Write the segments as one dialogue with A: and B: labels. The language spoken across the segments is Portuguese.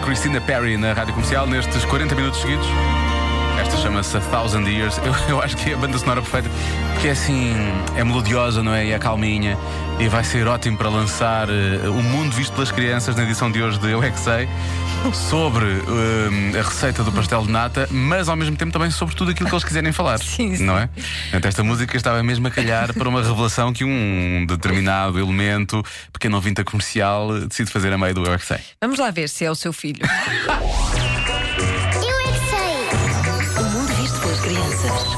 A: Christina Perry na rádio comercial nestes 40 minutos seguidos. Esta chama-se A Thousand Years. Eu, eu acho que é a banda sonora perfeita, porque é assim, é melodiosa, não é? E é calminha. E vai ser ótimo para lançar eh, O Mundo Visto pelas Crianças na edição de hoje de Eu É Que Sei, sobre eh, a receita do pastel de nata, mas ao mesmo tempo também sobre tudo aquilo que eles quiserem falar.
B: Sim, sim.
A: Não é? Portanto, esta música estava mesmo a calhar para uma revelação que um determinado elemento, pequeno ouvinte da comercial, eh, decide fazer a meio do Eu É Que Sei.
B: Vamos lá ver se é o seu filho.
C: Eu é que sei.
D: O mundo visto pelas crianças.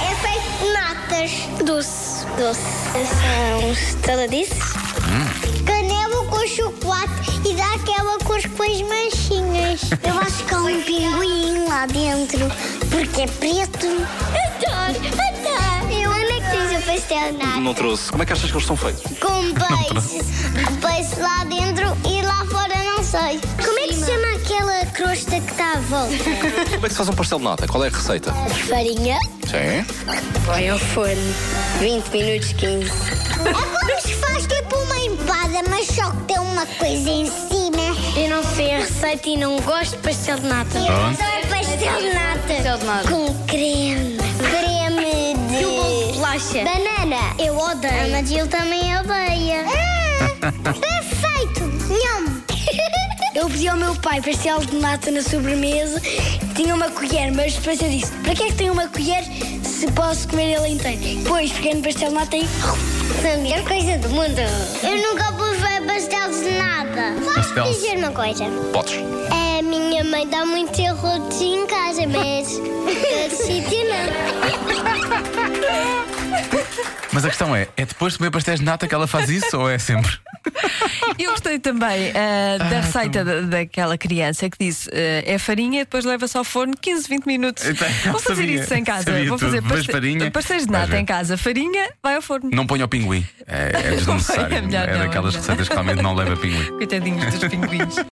C: É feito de natas. Doce. Doce. São estaladices. Hum. Canela com chocolate e dá aquela cor com as manchinhas. Eu acho que há um pinguim lá dentro, porque é preto. Adoro, adoro. Eu amo é que tens o pastel de nata.
E: Não trouxe. Como é que achas que eles são feitos?
C: Com peixe. Peixe lá dentro e lá fora não sei. Como é que se chama aquela crosta que está à volta?
E: Como é que se faz um pastel de nata? Qual é a receita?
C: Farinha.
E: Sim.
F: Põe ao forno 20 minutos, 15.
C: É como se faz tipo uma empada, mas só que tem uma coisa em cima.
F: Eu não sei a receita e não gosto de pastel de nata.
C: Eu adoro pastel de nata.
F: Pastel de nata.
C: Com creme. Creme de...
F: E o bolo de bolacha?
C: Banana. Eu odeio. A Madil também odeia. perfeito. Nham.
F: Eu pedi ao meu pai pastel de nata na sobremesa, tinha uma colher, mas depois eu disse: para que é que tem uma colher se posso comer ele inteiro? Depois peguei no pastel de nata e.
C: É a melhor coisa do mundo. Eu nunca provei pastel de nada.
A: Pastel.
C: Posso dizer uma coisa?
E: Podes.
C: A minha mãe dá muitos erros em casa, mas... Nesse sítio não.
A: Mas a questão é, é depois de comer pastéis de nata que ela faz isso ou é sempre?
B: Eu gostei também ah, da
A: então.
B: receita da- daquela criança que disse: eh, é farinha e depois leva-se ao forno 15, 20 minutos.
A: Então,
B: Vou fazer
A: sabia,
B: isso em casa.
A: sabia
B: Vou fazer
A: tudo, mas
B: paste-
A: farinha,
B: pastéis de
A: vais
B: nata
A: ver.
B: em casa. Farinha vai ao forno.
A: Não ponha o pinguim. É, é desnecessário.
B: É melhor
A: é
B: não,
A: daquelas
B: é melhor.
A: receitas que realmente não leva pinguim.
B: Coitadinhos dos pinguins.